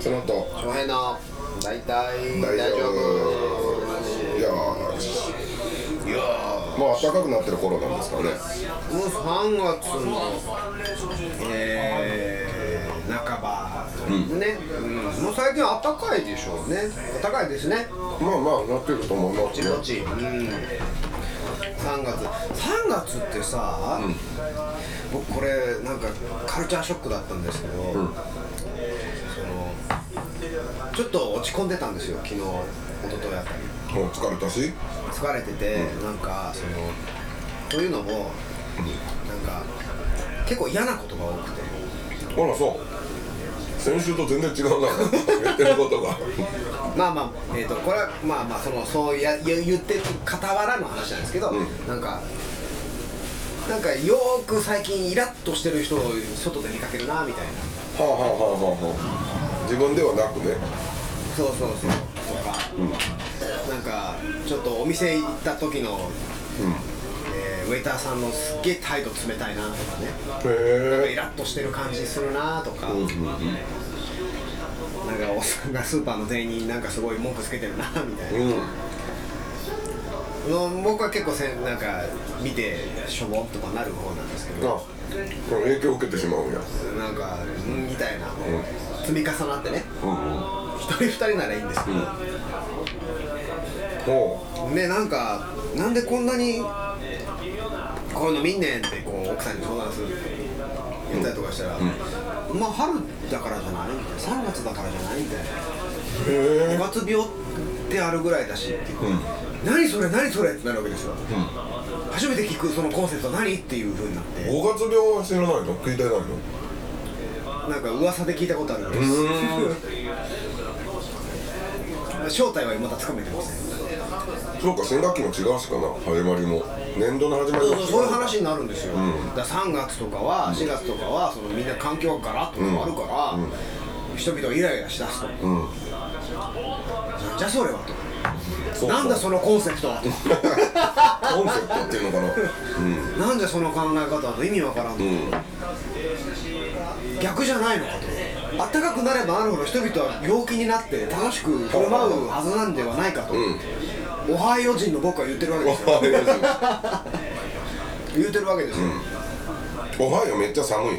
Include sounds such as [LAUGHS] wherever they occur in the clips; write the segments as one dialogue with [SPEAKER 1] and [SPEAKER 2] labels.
[SPEAKER 1] その後
[SPEAKER 2] 翔平の大体
[SPEAKER 1] 大
[SPEAKER 2] 大
[SPEAKER 1] 丈
[SPEAKER 2] 丈夫
[SPEAKER 1] 夫いやーいやーまあ暖かくなってる頃なんですかね
[SPEAKER 2] もう3月の
[SPEAKER 3] えー、半ば
[SPEAKER 2] ね、うんもう最近暖かいでしょうね暖かいですね
[SPEAKER 1] まあまあなってると思います
[SPEAKER 2] ち
[SPEAKER 1] ね
[SPEAKER 2] ぼち、うん、3月3月ってさ、僕これなんかカルチャーショックだったんですけど、そのちょっと落ち込んでたんですよ昨日一昨日あたり
[SPEAKER 1] もう疲れたし
[SPEAKER 2] 疲れてて、なんかそのというのもなんか結構嫌なことが多くて
[SPEAKER 1] ほらそう先週と全然違うな言ってること
[SPEAKER 2] [LAUGHS]
[SPEAKER 1] が
[SPEAKER 2] まあまあ、えー、とこれはまあまあそのそうや言言ってる傍らの話なんですけど、
[SPEAKER 1] ん
[SPEAKER 2] なんかなんかよーく最近イラッとしてる人を外で見かけるなみたいな
[SPEAKER 1] はあはあはあはあはあ自分ではなくね
[SPEAKER 2] そうそうそうとか、なんかちょっとお店行った時の、えーウェイターさんのすっげえ態度冷たいなとかねイ
[SPEAKER 1] へえ
[SPEAKER 2] ラッとしてる感じするなとか、なんかおっさんがスーパーの店員になんかすごい文句つけてるなみたいな、
[SPEAKER 1] うん
[SPEAKER 2] の僕は結構せんなんか見てしょぼっとかなる方なんですけ
[SPEAKER 1] あ
[SPEAKER 2] ど
[SPEAKER 1] これ影響を受けてしまうんや
[SPEAKER 2] なんかうんみたいな、積み重なってね
[SPEAKER 1] うん
[SPEAKER 2] 一人二人ならいいんですけど、
[SPEAKER 1] ほ
[SPEAKER 2] ねなんかなんでこんなにこういうの見んねんってこう奥さんに相談する言ったりとかしたら、まあ春だからじゃないみたいな3月だからじゃないみたいな
[SPEAKER 1] うへえ
[SPEAKER 2] 五月病ってあるぐらいだしっていう、何それ何それってなるわけですよ、初めて聞くそのコンセプト何っていうふうになって
[SPEAKER 1] 五月病は知らないの聞いてないの
[SPEAKER 2] なんか噂で聞いたことあるんです [LAUGHS] 正体はまだつかめてません
[SPEAKER 1] そうか新学期も違うしかな始まりも年度の始まりも違
[SPEAKER 2] そういう話になるんですよ、だから3月とかは4月とかはそのみんな環境がガラッと変わるから、人々がイライラしだすと、なんじゃそれはと
[SPEAKER 1] そうそう
[SPEAKER 2] なんだそのコンセプトはと
[SPEAKER 1] コンセプトっていうのかなうん
[SPEAKER 2] なんじゃその考え方はと意味わからんと、
[SPEAKER 1] うん
[SPEAKER 2] 逆じゃないのかと暖かくなればなるほど人々は陽気になって楽しく振る舞うはずなんではないかと、オハイオ人の僕は言ってるわけです
[SPEAKER 1] オ
[SPEAKER 2] よ
[SPEAKER 1] ハイオ人
[SPEAKER 2] 言ってるわけですよ、
[SPEAKER 1] オハイオめっちゃ寒いの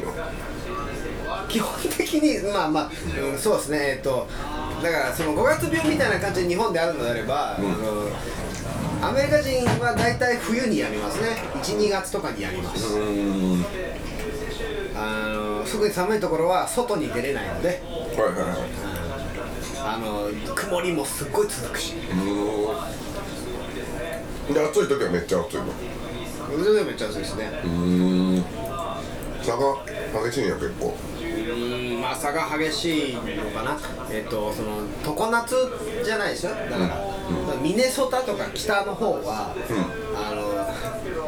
[SPEAKER 2] 基本的にまあまあ、うんそうですねえっとだからその5月病みたいな感じで日本であるのであれば、あのアメリカ人は大体冬にやみますね12月とかにやります、
[SPEAKER 1] うん
[SPEAKER 2] あのすぐに寒いところは外に出れないので
[SPEAKER 1] はいはいはい
[SPEAKER 2] あの曇りもすっごい続くし
[SPEAKER 1] うんで暑い時はめっちゃ暑いの
[SPEAKER 2] それでめっちゃ暑いですね
[SPEAKER 1] うん差が激しいんや結構
[SPEAKER 2] うーんまあ差が激しいのかなえっ、とその常夏じゃないですよだから、ミネソタとか北の方は、あの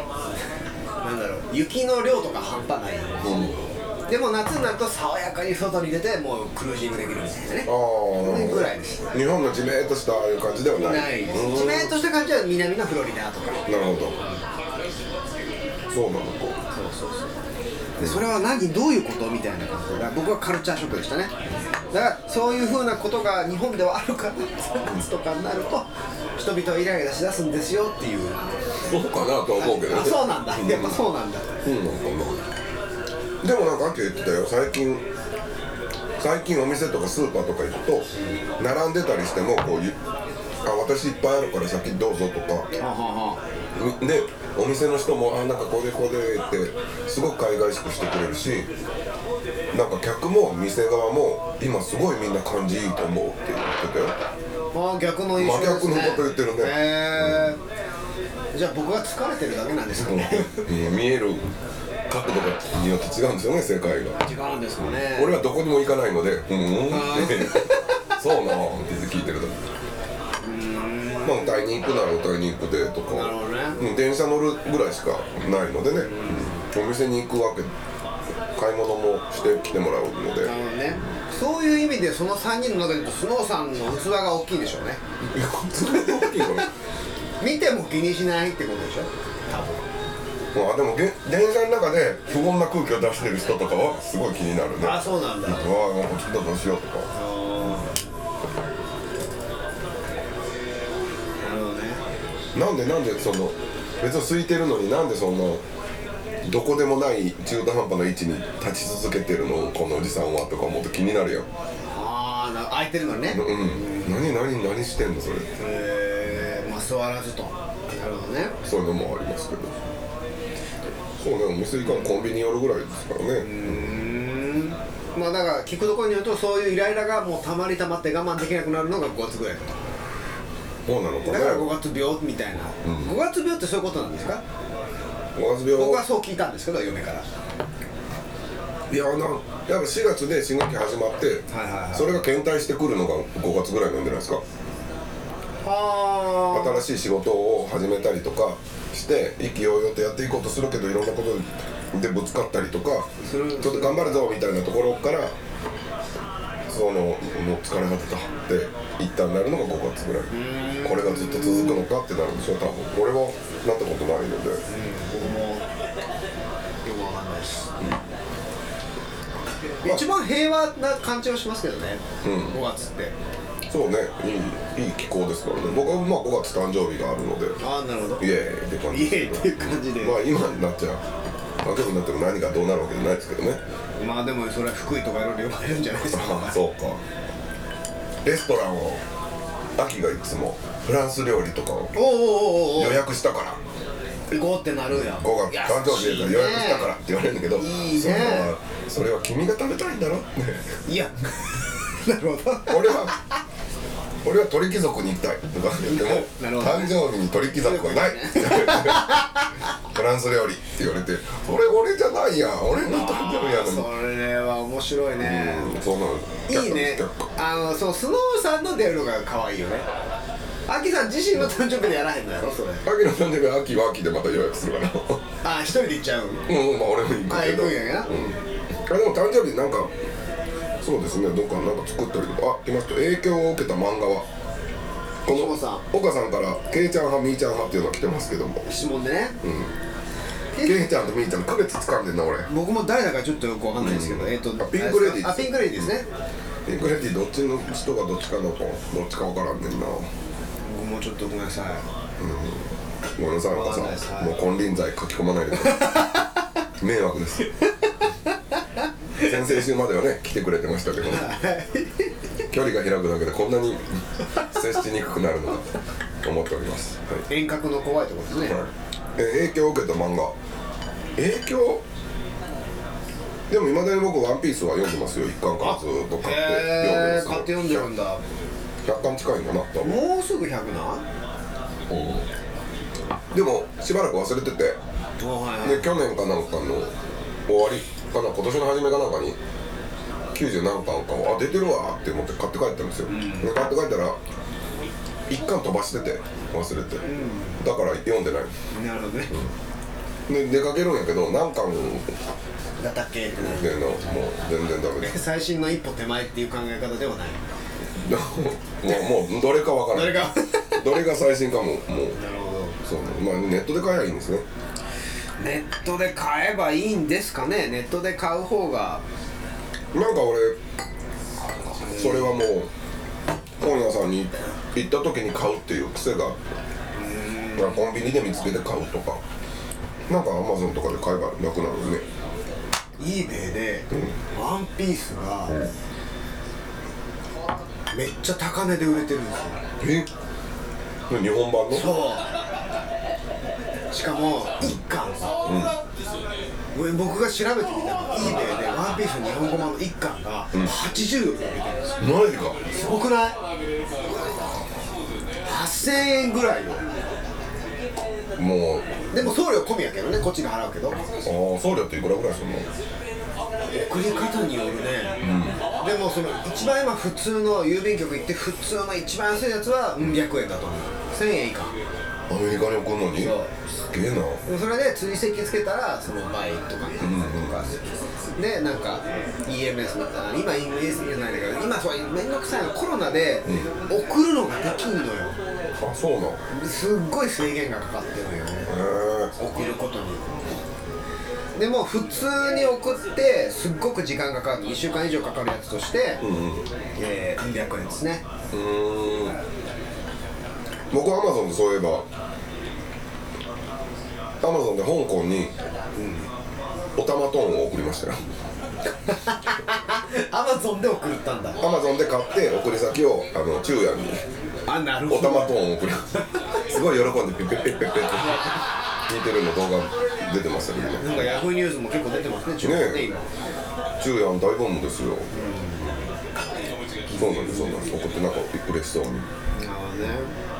[SPEAKER 2] [LAUGHS] なんだろう雪の量とか半端ない、でも夏になると爽やかに外に出てもうクルージングできるみたいなね
[SPEAKER 1] ああ
[SPEAKER 2] ぐらいです
[SPEAKER 1] 日本のジメーっとしたああいう感じではない
[SPEAKER 2] ないで
[SPEAKER 1] うん
[SPEAKER 2] す地名とした感じは南のフロリダとか
[SPEAKER 1] なるほどそうなのか
[SPEAKER 2] そうそうそうでそれは何どういうことみたいな感じでだから僕はカルチャーショックでしたねだからそういうふうなことが日本ではあるから3月と [LAUGHS] かになると人々はイライラしだすんですよっていう
[SPEAKER 1] そうかなとは思うけどね
[SPEAKER 2] あそうなんだやっぱそうなんだ
[SPEAKER 1] そうなのかなでもなんか秋言ってたよ最近最近お店とかスーパーとか行くと並んでたりしてもこういうあ私いっぱいあるから先どうぞとか
[SPEAKER 2] ははは
[SPEAKER 1] でお店の人もあなんかこれこれってすごく海外しくしてくれるしなんか客も店側も今すごいみんな感じいいと思うって言ってたよ
[SPEAKER 2] ああ逆の印象ですね
[SPEAKER 1] 真逆のこと言ってるね
[SPEAKER 2] へえじゃあ僕は疲れてるだけなんですかね
[SPEAKER 1] うん [LAUGHS] 見える角度がによって違うんですよね世界が
[SPEAKER 2] 違うんですかね
[SPEAKER 1] 俺はどこにも行かないので「うん」って「そうなの」って聞いてるとまあ歌いに行くなら歌いに行くでとか
[SPEAKER 2] なるほどね
[SPEAKER 1] うん電車乗るぐらいしかないのでね、お店に行くわけ買い物もしてきてもらうので
[SPEAKER 2] なるほどねそういう意味でその3人の中で言うとスノーさんの器が大きいでしょうね
[SPEAKER 1] それ大きいかな
[SPEAKER 2] 見ても気にしないってことでしょ
[SPEAKER 1] [LAUGHS] まあでもげ電車の中で不穏な空気を出してる人とかはすごい気になるね
[SPEAKER 2] そうなんだ
[SPEAKER 1] うわなんかちょっとどうしようとか
[SPEAKER 2] あなるほどね
[SPEAKER 1] なんでなんでその別に空いてるのになんでそんなどこでもない中途半端な位置に立ち続けてるのこのおじさんはとか思うと気になるよ
[SPEAKER 2] ああ空いてるのにね
[SPEAKER 1] うん何何何してんのそれ
[SPEAKER 2] えー、まあ座らずとなるほどね
[SPEAKER 1] そういうのもありますけどそうねお店行かんコンビニ寄るぐらいですから
[SPEAKER 2] う
[SPEAKER 1] ね
[SPEAKER 2] ーんまあだから聞くところによるとそういうイライラがもうたまりたまって我慢できなくなるのが5月ぐらいだ
[SPEAKER 1] どうなのか
[SPEAKER 2] だ
[SPEAKER 1] な
[SPEAKER 2] から5月病みたいな、5月病ってそういうことなんですか
[SPEAKER 1] 五月病
[SPEAKER 2] 僕はそう聞いたんですけど嫁から
[SPEAKER 1] いやなんやっぱ4月で新学期始まって、
[SPEAKER 2] はいはいはい
[SPEAKER 1] それが倦怠してくるのが5月ぐらいなんじゃないですか
[SPEAKER 2] は
[SPEAKER 1] 新しい仕事を始めたりとかして意気揚々とやっていこうとするけどいろんなことでぶつかったりとか
[SPEAKER 2] す
[SPEAKER 1] ちょ
[SPEAKER 2] る
[SPEAKER 1] っと頑張るぞみたいなところからそのもう疲れ果てたって一旦なるのが5月ぐらいこれがずっと続くのかってなるんでしょ多分俺はなったことないので
[SPEAKER 2] 僕もよくわかんないです、一番平和な感じはしますけどね、5月って
[SPEAKER 1] そうねいいいい気候ですからね僕はまあ5月誕生日があるので
[SPEAKER 2] ああなるほど
[SPEAKER 1] イエーイって感
[SPEAKER 2] イエ
[SPEAKER 1] じですけど
[SPEAKER 2] ーイっていう感じで、
[SPEAKER 1] まあ今になっちゃうあけになっても何がどうなるわけじゃないですけどね
[SPEAKER 2] まあでもそれは福井とかいろいろ呼ばれるんじゃないですか
[SPEAKER 1] ああそうかレストランを秋がいつもフランス料理とかを
[SPEAKER 2] おうおうおうおう
[SPEAKER 1] 予約したから
[SPEAKER 2] 行こうってなるやん
[SPEAKER 1] 5月誕生日で予約したからって言われるんだけど
[SPEAKER 2] いいね
[SPEAKER 1] それはそれは君が食べたいんだろって
[SPEAKER 2] いや [LAUGHS] なるほど
[SPEAKER 1] 俺
[SPEAKER 2] [LAUGHS]
[SPEAKER 1] は俺は鳥貴族に行きたいとか言っても
[SPEAKER 2] なるほど
[SPEAKER 1] 誕生日に鳥貴族
[SPEAKER 2] [LAUGHS]
[SPEAKER 1] はないフランス料理って言われて俺俺じゃないやん俺の誕生日やのに
[SPEAKER 2] それは面白いね、
[SPEAKER 1] うんそうなの
[SPEAKER 2] いいねあのそうスノーさんの出るのが可愛いよねアキさん自身の誕生日でやらへんのやろそれ
[SPEAKER 1] 秋の誕生日は秋は秋でまた予約するからう
[SPEAKER 2] あ一人で行っちゃうん
[SPEAKER 1] まあ俺も行く
[SPEAKER 2] あ
[SPEAKER 1] け
[SPEAKER 2] 行
[SPEAKER 1] ど
[SPEAKER 2] くんやな、
[SPEAKER 1] あでも誕生日なんかそうですねどっかなんか作ったりとかあいますと影響を受けた漫画はこ
[SPEAKER 2] 下さん
[SPEAKER 1] 岡さんからケイちゃん派みーちゃん派っていうのが来てますけども
[SPEAKER 2] 質問でね、
[SPEAKER 1] ケイちゃんとみーちゃん区別つかんでんな俺
[SPEAKER 2] 僕も誰だかちょっとよくわかんないですけど、えっと
[SPEAKER 1] あピンクレディーズ
[SPEAKER 2] あピンクレディーですね、
[SPEAKER 1] ピンクレディどっちの人がどっちかの子どっちかわからんねんな
[SPEAKER 2] 僕もちょっとごめんなさい
[SPEAKER 1] ごめんなさい岡
[SPEAKER 2] わかんないです
[SPEAKER 1] さ
[SPEAKER 2] は
[SPEAKER 1] ん
[SPEAKER 2] い
[SPEAKER 1] もう金輪際書き込まないでくださ
[SPEAKER 2] [LAUGHS]
[SPEAKER 1] い迷惑です先々週まではね来てくれてましたけどね距離が開くだけでこんなに接しにくくなるのかと思っております、はい
[SPEAKER 2] 遠隔の怖いところですね、
[SPEAKER 1] えー影響を受けた漫画影響でもいまだに僕「ワンピースは読んでますよ一巻からずっと買って
[SPEAKER 2] へえ買って
[SPEAKER 1] 読
[SPEAKER 2] 読
[SPEAKER 1] ん
[SPEAKER 2] ん
[SPEAKER 1] で
[SPEAKER 2] で
[SPEAKER 1] ま
[SPEAKER 2] るんだ
[SPEAKER 1] す100巻近いのかな多分
[SPEAKER 2] もうすぐ100な
[SPEAKER 1] でもしばらく忘れてて
[SPEAKER 2] もうはい
[SPEAKER 1] で去年かなんかの終わりかな今年の初めかなんかに90何巻かをあ出てるわって思って買って帰ったんですよ、で買って帰ったら一巻飛ばしてて忘れて、だから読んでない
[SPEAKER 2] なるほどね、
[SPEAKER 1] で出かけるんやけど何巻
[SPEAKER 2] だったっけってなる
[SPEAKER 1] でのもう全然ダメ [LAUGHS] です
[SPEAKER 2] 最新の一歩手前っていう考え方ではない
[SPEAKER 1] もうもうどれかわから
[SPEAKER 2] 誰
[SPEAKER 1] ない
[SPEAKER 2] か
[SPEAKER 1] どれが最新かももう
[SPEAKER 2] なるほど
[SPEAKER 1] そうまあネットで買えばいいんですね
[SPEAKER 2] ネットで買えばいいんですかねネットで買う方が
[SPEAKER 1] なんか俺それはもう本屋さんに行った時に買うっていう癖がまあコンビニで見つけて買うとかなんかアマゾンとかで買えばなくなるよね
[SPEAKER 2] eBay で「ワンピースがめっちゃ高値で売れてるんですよ
[SPEAKER 1] え日本版の
[SPEAKER 2] そうしかも1巻、うん、僕が調べてみたら eBay で「ワンピース日本語版の1巻が80ドルで売れてるんですよ
[SPEAKER 1] マジか
[SPEAKER 2] すごくない8000円ぐらいよ
[SPEAKER 1] もう
[SPEAKER 2] でも送料込みやけどねこっちが払うけど
[SPEAKER 1] ああ送料っていくらぐらいするの
[SPEAKER 2] 送り方によるね、でもその一番今普通の郵便局行って普通の一番安いやつはうん100円だと思う1000円以下
[SPEAKER 1] アメリカに送るのに
[SPEAKER 2] そう
[SPEAKER 1] すげえな
[SPEAKER 2] でそれで追跡つけたらその倍とかになったりとか、でなんか EMS みたいな今 EMS じゃないんだけど今そう面倒くさいのコロナで送るのができんのよ
[SPEAKER 1] あそうなんへ
[SPEAKER 2] すっごい制限がかかってるのよね
[SPEAKER 1] え
[SPEAKER 2] 送ることにでも普通に送ってすっごく時間がかかる1週間以上かかるやつとして、えー300円ですね
[SPEAKER 1] うーん僕はアマゾンでそういえばアマゾンで香港に、おたまトーンを送りましたよ
[SPEAKER 2] アマゾンで送ったんだ
[SPEAKER 1] アマゾンで買って送り先をあの昼夜に
[SPEAKER 2] あなる
[SPEAKER 1] お
[SPEAKER 2] ほ
[SPEAKER 1] た
[SPEAKER 2] ど
[SPEAKER 1] まトーンを送りすごい喜んでピッピッピッピッピッって聞いてるの動画出てましたけどね
[SPEAKER 2] なんかヤフーニュースも結構出てますね中国
[SPEAKER 1] ね
[SPEAKER 2] ね今
[SPEAKER 1] 昼夜の大ブームですよそうなんですそうなんです送ってなんかびっくりしそうに
[SPEAKER 2] なるほどね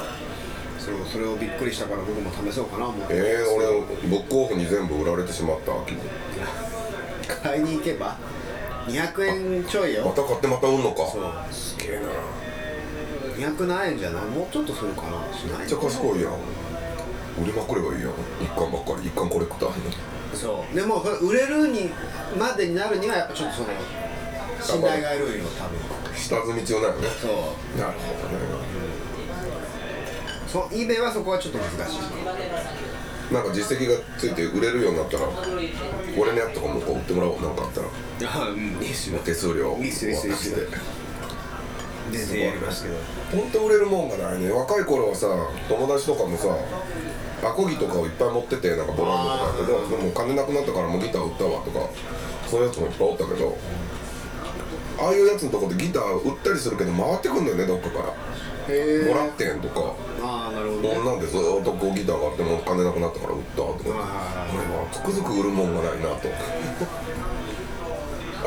[SPEAKER 2] それをそれをびっくりしたから僕も試そうかな思って
[SPEAKER 1] ええー、俺ブックオフに全部売られてしまった秋に
[SPEAKER 2] 買いに行けば200円ちょい
[SPEAKER 1] ま
[SPEAKER 2] よ
[SPEAKER 1] た買ってまた売んのか
[SPEAKER 2] そう
[SPEAKER 1] すげえな
[SPEAKER 2] 200ない円じゃないもうちょっとするかなしな
[SPEAKER 1] め
[SPEAKER 2] い
[SPEAKER 1] っちゃ賢いやん売りまくればいいやん一巻ばっかり一巻コレクター
[SPEAKER 2] そうでもこれ売れるにまでになるにはやっぱちょっとその信頼がいるよ多分
[SPEAKER 1] 下積み中なよね
[SPEAKER 2] そう
[SPEAKER 1] なるほどね
[SPEAKER 2] そう eBay はそこはちょっと難しい
[SPEAKER 1] なんか実績がついて売れるようになったら俺のやつとかもこう売ってもらおうなんかあったら
[SPEAKER 2] [LAUGHS] あうんいいっすよ
[SPEAKER 1] 手数料
[SPEAKER 2] いいっすよいいっすよいいっすよ全然やりますけど
[SPEAKER 1] 本当売れるもんがないね若い頃はさ友達とかもさアコギとかをいっぱい持っててなんかボランドとかやけどでも金なくなったからもうギター売ったわとかそういうやつもいっぱいおったけどああいうやつのとこでギター売ったりするけど回ってくんだよねどっかから
[SPEAKER 2] へ
[SPEAKER 1] もらってんとか
[SPEAKER 2] ああなるほど
[SPEAKER 1] こ
[SPEAKER 2] ね
[SPEAKER 1] んなんでずーっとこうギターがあってもう金なくなったから売ったとかこれ
[SPEAKER 2] いはいはい
[SPEAKER 1] はつくづく売るもんがないなと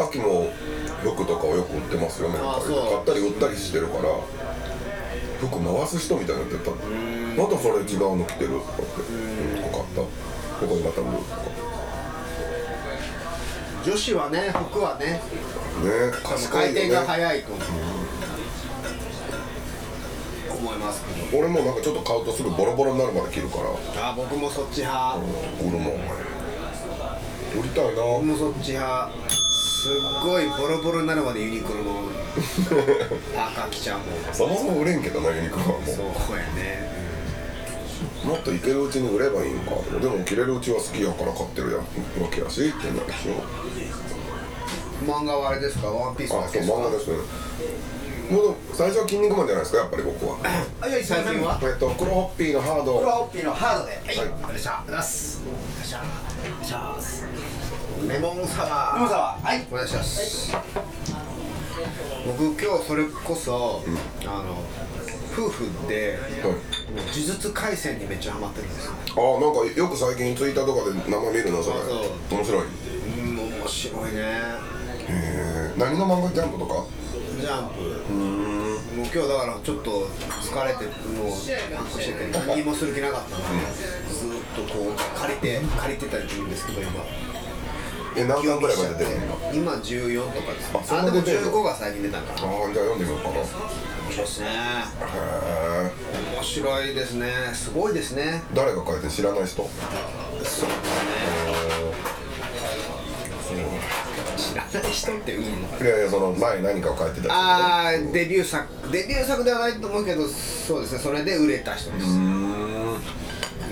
[SPEAKER 1] 秋も服とかをよく売ってますよね
[SPEAKER 2] あーそう
[SPEAKER 1] 買ったり売ったりしてるから服回す人みたいになってたまたそれ違うの着てるとかってうんよかったここにまた売るとか
[SPEAKER 2] 女子はね服はね
[SPEAKER 1] ね
[SPEAKER 2] 回
[SPEAKER 1] 賢い
[SPEAKER 2] 転
[SPEAKER 1] よ
[SPEAKER 2] が
[SPEAKER 1] ね
[SPEAKER 2] 早いと思う思いますけ
[SPEAKER 1] 俺もなんかちょっと買うとすぐボロボロになるまで着るから
[SPEAKER 2] どああ僕もそっち派
[SPEAKER 1] 売るもんがね売りたいな
[SPEAKER 2] 僕もそっち派すっごいボロボロになるまでユニクロのパーカー着ちゃうもん
[SPEAKER 1] そもそも売れんけどなユニクロはもう
[SPEAKER 2] そうやね
[SPEAKER 1] もっといけるうちに売ればいいのかでも着れるうちは好きやから買ってるやんわけやしってなるでしょ
[SPEAKER 2] 漫画はあれですかワンピース
[SPEAKER 1] あ
[SPEAKER 2] だ
[SPEAKER 1] そ
[SPEAKER 2] け
[SPEAKER 1] う
[SPEAKER 2] ですか
[SPEAKER 1] 漫画ですねもう最初は筋肉マンじゃないですかやっぱり僕は
[SPEAKER 2] あいや最近は
[SPEAKER 1] えっと黒ホッピーのハード
[SPEAKER 2] これはオッピーのハードではい
[SPEAKER 1] はい
[SPEAKER 2] お願いしますお願いしますレモンサワーレモンサワーはいお願いします僕今日それこそ、あの夫婦で
[SPEAKER 1] はい
[SPEAKER 2] もう呪術廻戦にめっちゃハマってるんですよ
[SPEAKER 1] ああなんかよく最近ツイッターとかで名前見るなそれ
[SPEAKER 2] あそ
[SPEAKER 1] 面白いへ
[SPEAKER 2] うん面白いね
[SPEAKER 1] え何の漫画ジャンプとか
[SPEAKER 2] ジャンプもう今日だからちょっと疲れてもうパンクしてて何もする気なかったので、ずーっとこう借りて借りてたりするんですけど今
[SPEAKER 1] え何巻ぐらいまで出てるのあ
[SPEAKER 2] 今14とかです
[SPEAKER 1] あそん
[SPEAKER 2] あ
[SPEAKER 1] な
[SPEAKER 2] でも
[SPEAKER 1] 出てんの
[SPEAKER 2] 15が最近出たん
[SPEAKER 1] あ
[SPEAKER 2] かな
[SPEAKER 1] じゃあ読んでみようかなへ
[SPEAKER 2] 面白いですね
[SPEAKER 1] え
[SPEAKER 2] 面白いですねすごいですね
[SPEAKER 1] 誰が書いてる知らない人
[SPEAKER 2] そうですね知らない人ってうん
[SPEAKER 1] いやいやその前何かを書いてた人
[SPEAKER 2] ああデビュー作デビュー作ではないと思うけどそうですねそれで売れた人です
[SPEAKER 1] うーん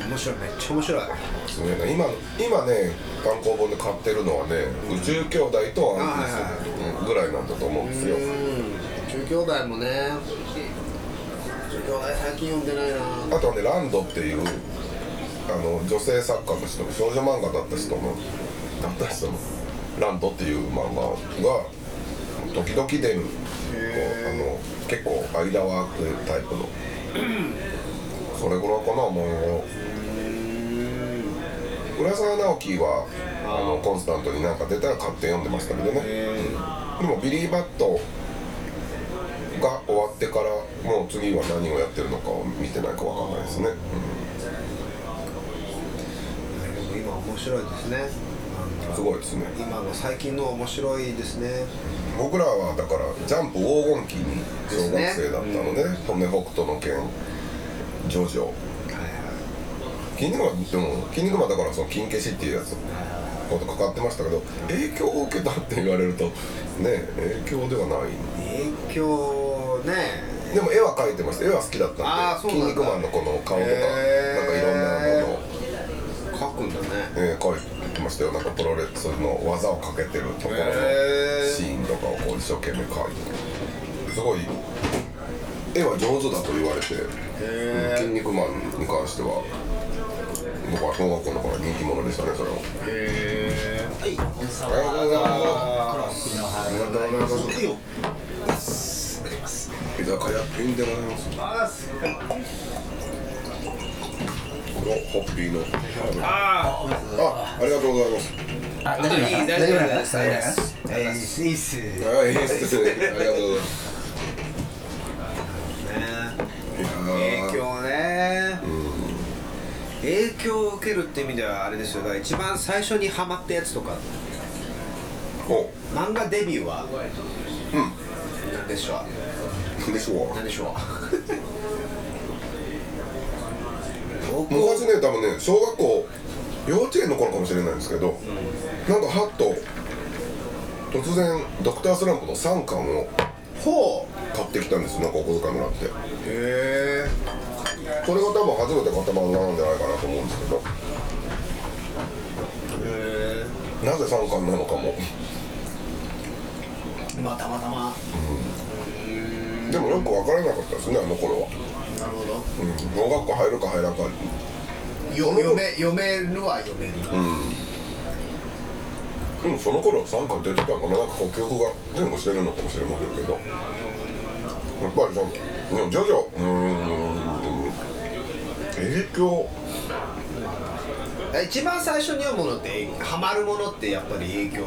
[SPEAKER 2] 面白いめっちゃ面白い
[SPEAKER 1] すごいな今今ね単行本で買ってるのはね「宇宙兄弟」と「アンティス」ぐらいなんだと思うんですよ
[SPEAKER 2] うん中兄弟もね中兄弟最近読んでないな
[SPEAKER 1] あとはねランドっていうあの女性作家の人少女漫画だった人のだった人のランドっていう漫画が時々出るこうあの結構間はというタイプのそれぐらいかな思うよ浦沢直樹はあのコンスタントになんか出たら買って読んでましたけどね、でもビリー・バットが終わってからもう次は何をやってるのかを見てないかわかんないですね、
[SPEAKER 2] 今面白いですねあ
[SPEAKER 1] うん
[SPEAKER 2] の
[SPEAKER 1] すごいですね
[SPEAKER 2] 今の最近の面白いですね
[SPEAKER 1] 僕らはだからジャンプ黄金期に小学生だったので「骨、北斗の拳」「ジョジョ」「筋肉マン」でも「筋肉マン」だからその金消しっていうやつことかかってましたけど影響を受けたって言われるとね影響ではない
[SPEAKER 2] 影響ね
[SPEAKER 1] でも絵は描いてました絵は好きだった
[SPEAKER 2] あー
[SPEAKER 1] ん
[SPEAKER 2] そ
[SPEAKER 1] で「
[SPEAKER 2] う
[SPEAKER 1] 筋
[SPEAKER 2] なんだ
[SPEAKER 1] 肉マン」のこの顔とか、
[SPEAKER 2] へー
[SPEAKER 1] なんかいろんなものを
[SPEAKER 2] 書くんだね
[SPEAKER 1] えー、書いってましたよなんかプロレスの技をかけてるところの
[SPEAKER 2] へー
[SPEAKER 1] シーンとかをこう一生懸命描いてすごい絵は上手だと言われて「筋肉マン」に関しては僕は小学校の頃は人気者でしたねそれは。
[SPEAKER 2] へ
[SPEAKER 3] はい、おさ
[SPEAKER 1] ありがとうございます
[SPEAKER 3] 黒木の
[SPEAKER 1] ありがとうござい
[SPEAKER 3] 原
[SPEAKER 1] ます。居酒屋ンでございます。このホッピーの。
[SPEAKER 2] あ
[SPEAKER 1] あ、ありがとうございます。
[SPEAKER 3] あ、大丈夫
[SPEAKER 2] いい大
[SPEAKER 3] 大
[SPEAKER 2] 丈
[SPEAKER 3] 丈
[SPEAKER 2] 夫
[SPEAKER 3] 夫
[SPEAKER 2] です
[SPEAKER 3] 大丈夫です
[SPEAKER 2] あいいっすいいっすね
[SPEAKER 1] はい、いいですね。ありがとうございます。
[SPEAKER 2] 影
[SPEAKER 1] いや
[SPEAKER 2] 響ね影響を受けるって意味ではあれですよだから一番最初にハマったやつとか
[SPEAKER 1] ー。お、
[SPEAKER 2] 漫画デビューは何でしょ
[SPEAKER 1] でしょう
[SPEAKER 2] う何でしょう僕
[SPEAKER 1] 昔ね、多分ね、小学校、幼稚園の頃かもしれないんですけど、なんかはっと、突然、ドクタースランプの3巻を
[SPEAKER 2] ほ
[SPEAKER 1] 買ってきたんですよ、なんかお小遣いもらって。
[SPEAKER 2] うへえ
[SPEAKER 1] これが多分初めて買った漫画なんじゃないかなと思うんですけど
[SPEAKER 2] へ
[SPEAKER 1] なぜ3巻なのかも
[SPEAKER 3] まあたまたま
[SPEAKER 1] でもよく分からなかったですねあの頃は、
[SPEAKER 2] えなるほど
[SPEAKER 1] うん、小学校入るか入らんか
[SPEAKER 2] よ読め読めるは読める
[SPEAKER 1] でもその頃は3巻出てたのかななんかこう記憶が全部してるのかもしれませんけどやっぱりそのでも徐々うーん影響
[SPEAKER 2] 一番最初に読むものってハマるものってやっぱり影響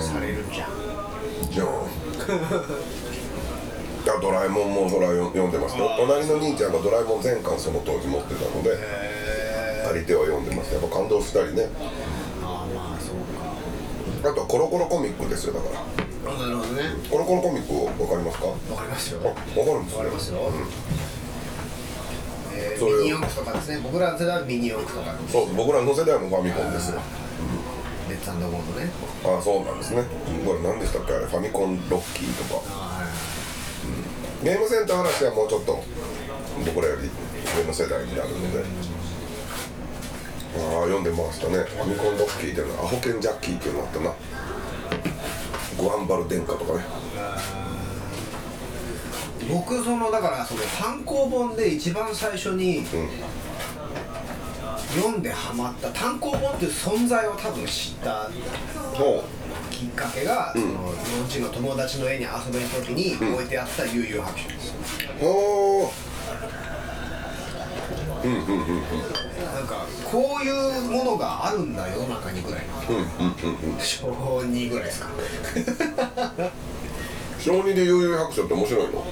[SPEAKER 2] されるじゃん
[SPEAKER 1] じゃんあドラえもんもそれは読んでますよ隣の兄ちゃんがドラえもん全巻その当時持ってたので借りては読んでましたやっぱ感動したりね
[SPEAKER 2] ああまあそうか
[SPEAKER 1] あとはコロコロコミックですよだから
[SPEAKER 2] あなるほどね
[SPEAKER 1] コロコロコミックをわかりますか
[SPEAKER 2] わかりますよ
[SPEAKER 1] あわかるんです
[SPEAKER 2] わかりますよえー
[SPEAKER 1] それを
[SPEAKER 2] ミニ四駆とかですね僕らの世代はミニ四駆とか
[SPEAKER 1] そう僕らの世代もファミコンですよ
[SPEAKER 2] レッツゴーのね
[SPEAKER 1] あそうなんですねこれ何でしたっけあれファミコンロッキーとかゲームセンター話はもうちょっと僕らより上の世代になるのでああ読んでましたねファミコンロッキーっていうのはアホケンジャッキーっていうのあったなグアンバル殿下とかね
[SPEAKER 2] 僕そのだからその単行本で一番最初に、読んでハマった単行本っていう存在を多分知った
[SPEAKER 1] ほ
[SPEAKER 2] きっかけが、その幼稚園の友達の家に遊びに行った時に置いてあった悠々白書です
[SPEAKER 1] うほ
[SPEAKER 2] なんかこういうものがあるんだ世の中にぐらいの小2ぐらいですか
[SPEAKER 1] う
[SPEAKER 2] [LAUGHS]
[SPEAKER 1] 小2で悠々白書って面白いの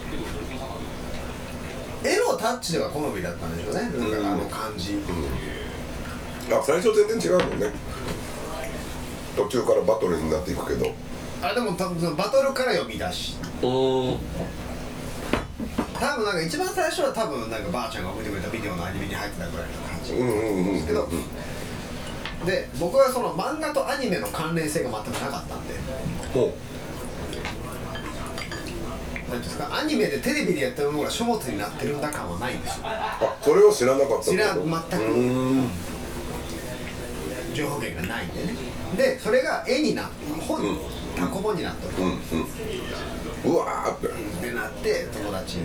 [SPEAKER 2] 絵のタッチでは好みだったんでしょうねなんかあの感じ、
[SPEAKER 1] あ最初全然違うもんね途中からバトルになっていくけど
[SPEAKER 2] あれでも多分そのバトルから読み出し
[SPEAKER 1] うん
[SPEAKER 2] 多分なんか一番最初は多分なんかばあちゃんが送ってくれたビデオのアニメに入ってたぐらいの感じ
[SPEAKER 1] うんうんうん
[SPEAKER 2] けどで僕はその漫画とアニメの関連性が全くなかったんで
[SPEAKER 1] ほ
[SPEAKER 2] 何ていうんですかアニメでテレビでやってるものが書物になってるんだ感はないんですよ
[SPEAKER 1] うあそれを知らなかった
[SPEAKER 2] 知らん
[SPEAKER 1] ん
[SPEAKER 2] 全く
[SPEAKER 1] うん
[SPEAKER 2] 情報源がないんでねでそれが絵になって本
[SPEAKER 1] うん
[SPEAKER 2] 単行本になってる
[SPEAKER 1] うんうんうわーって
[SPEAKER 2] ってなって友達に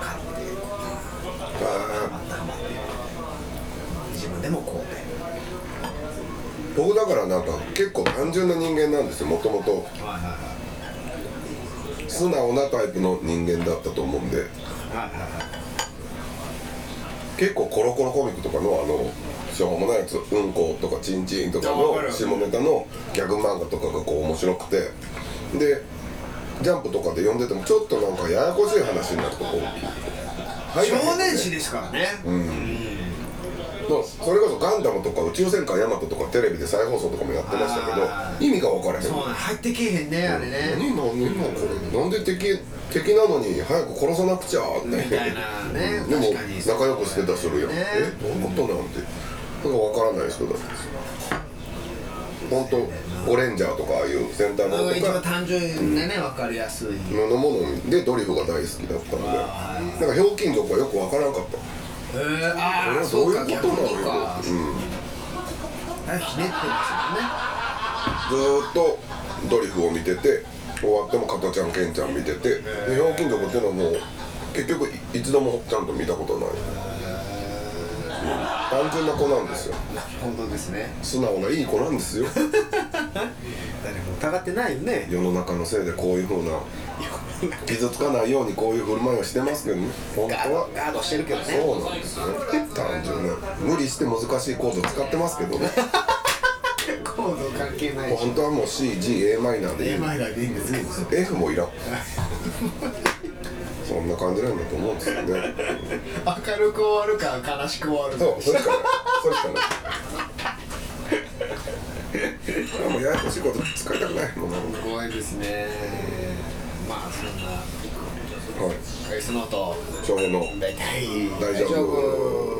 [SPEAKER 2] 買ってこう
[SPEAKER 1] あ
[SPEAKER 2] またハマって自分でもこうで
[SPEAKER 1] ー僕だからなんか結構単純な人間なんですよもともと
[SPEAKER 2] はいはいはい
[SPEAKER 1] 素直なタイプの人間だったと思うんで
[SPEAKER 2] はいはいはい
[SPEAKER 1] 結構コロコロコミックとかのあのしょうもないやつ「うんこ」とか「ちんちん」とか
[SPEAKER 2] あわ
[SPEAKER 1] の
[SPEAKER 2] かる
[SPEAKER 1] 下ネタのギャグ漫画とかがこう面白くてでジャンプとかで読んでてもちょっとなんかややこしい話になるとこう入らない
[SPEAKER 2] 少年誌ですからね、
[SPEAKER 1] のそれこそ「ガンダム」とか「宇宙戦艦ヤマト」とかテレビで再放送とかもやってましたけど
[SPEAKER 2] あ
[SPEAKER 1] 意味が分からへん
[SPEAKER 2] そうなん入ってけえへんねあれね、
[SPEAKER 1] 何何何これなんで敵敵なのに早く殺さなくちゃって
[SPEAKER 2] みたいなね
[SPEAKER 1] でも
[SPEAKER 2] 確かに
[SPEAKER 1] 仲良くしてたりするやん、
[SPEAKER 2] ね
[SPEAKER 1] えどういうことなんてなんか分からないですけど本当ゴレンジャーとかああいう戦隊も
[SPEAKER 2] なん
[SPEAKER 1] の
[SPEAKER 2] か
[SPEAKER 1] と
[SPEAKER 2] 一
[SPEAKER 1] か
[SPEAKER 2] 番単純でね分かりやすい、へ
[SPEAKER 1] のものでドリフが大好きだったのでなんかひょうきん族はよく分からなかったこれ
[SPEAKER 2] えああ
[SPEAKER 1] は
[SPEAKER 2] そ
[SPEAKER 1] どう
[SPEAKER 2] う
[SPEAKER 1] い
[SPEAKER 2] か
[SPEAKER 1] う
[SPEAKER 2] 逆
[SPEAKER 1] こと
[SPEAKER 2] に
[SPEAKER 1] なの
[SPEAKER 2] か
[SPEAKER 1] よ、うん、
[SPEAKER 2] はいひねってま
[SPEAKER 1] ずーっとドリフを見てて終わっても加トちゃんケンちゃん見ててでひょうきん族っていうのはもう結局い一度もちゃんと見たことない単純な子なんですよ
[SPEAKER 2] すよね本当ですね
[SPEAKER 1] 素直ないい子なんですよ
[SPEAKER 2] 誰も疑ってないよね
[SPEAKER 1] 世の中のせいでこういうふうな傷つかないようにこういう振る舞いをしてますけどね本当
[SPEAKER 2] ガー
[SPEAKER 1] は
[SPEAKER 2] ドガードしてるけどね
[SPEAKER 1] そうなんですよね単純な無理して難しいコード使ってますけどね
[SPEAKER 2] コード関係ないし
[SPEAKER 1] 本当はもう CGA マイナーでいい
[SPEAKER 3] A マイナーでいいんですね
[SPEAKER 1] F もいらんそんな感じなんだと思うんですよね
[SPEAKER 3] 明るく終わるか悲しく終わる
[SPEAKER 1] そ
[SPEAKER 3] か
[SPEAKER 1] うそれしかないそれ [LAUGHS] しかないあもうややこしいこと使いたくないもうなんか
[SPEAKER 2] 怖いですねまあそんな
[SPEAKER 1] はい
[SPEAKER 2] アイスノート
[SPEAKER 1] 翔平の
[SPEAKER 2] 大体
[SPEAKER 1] 大丈夫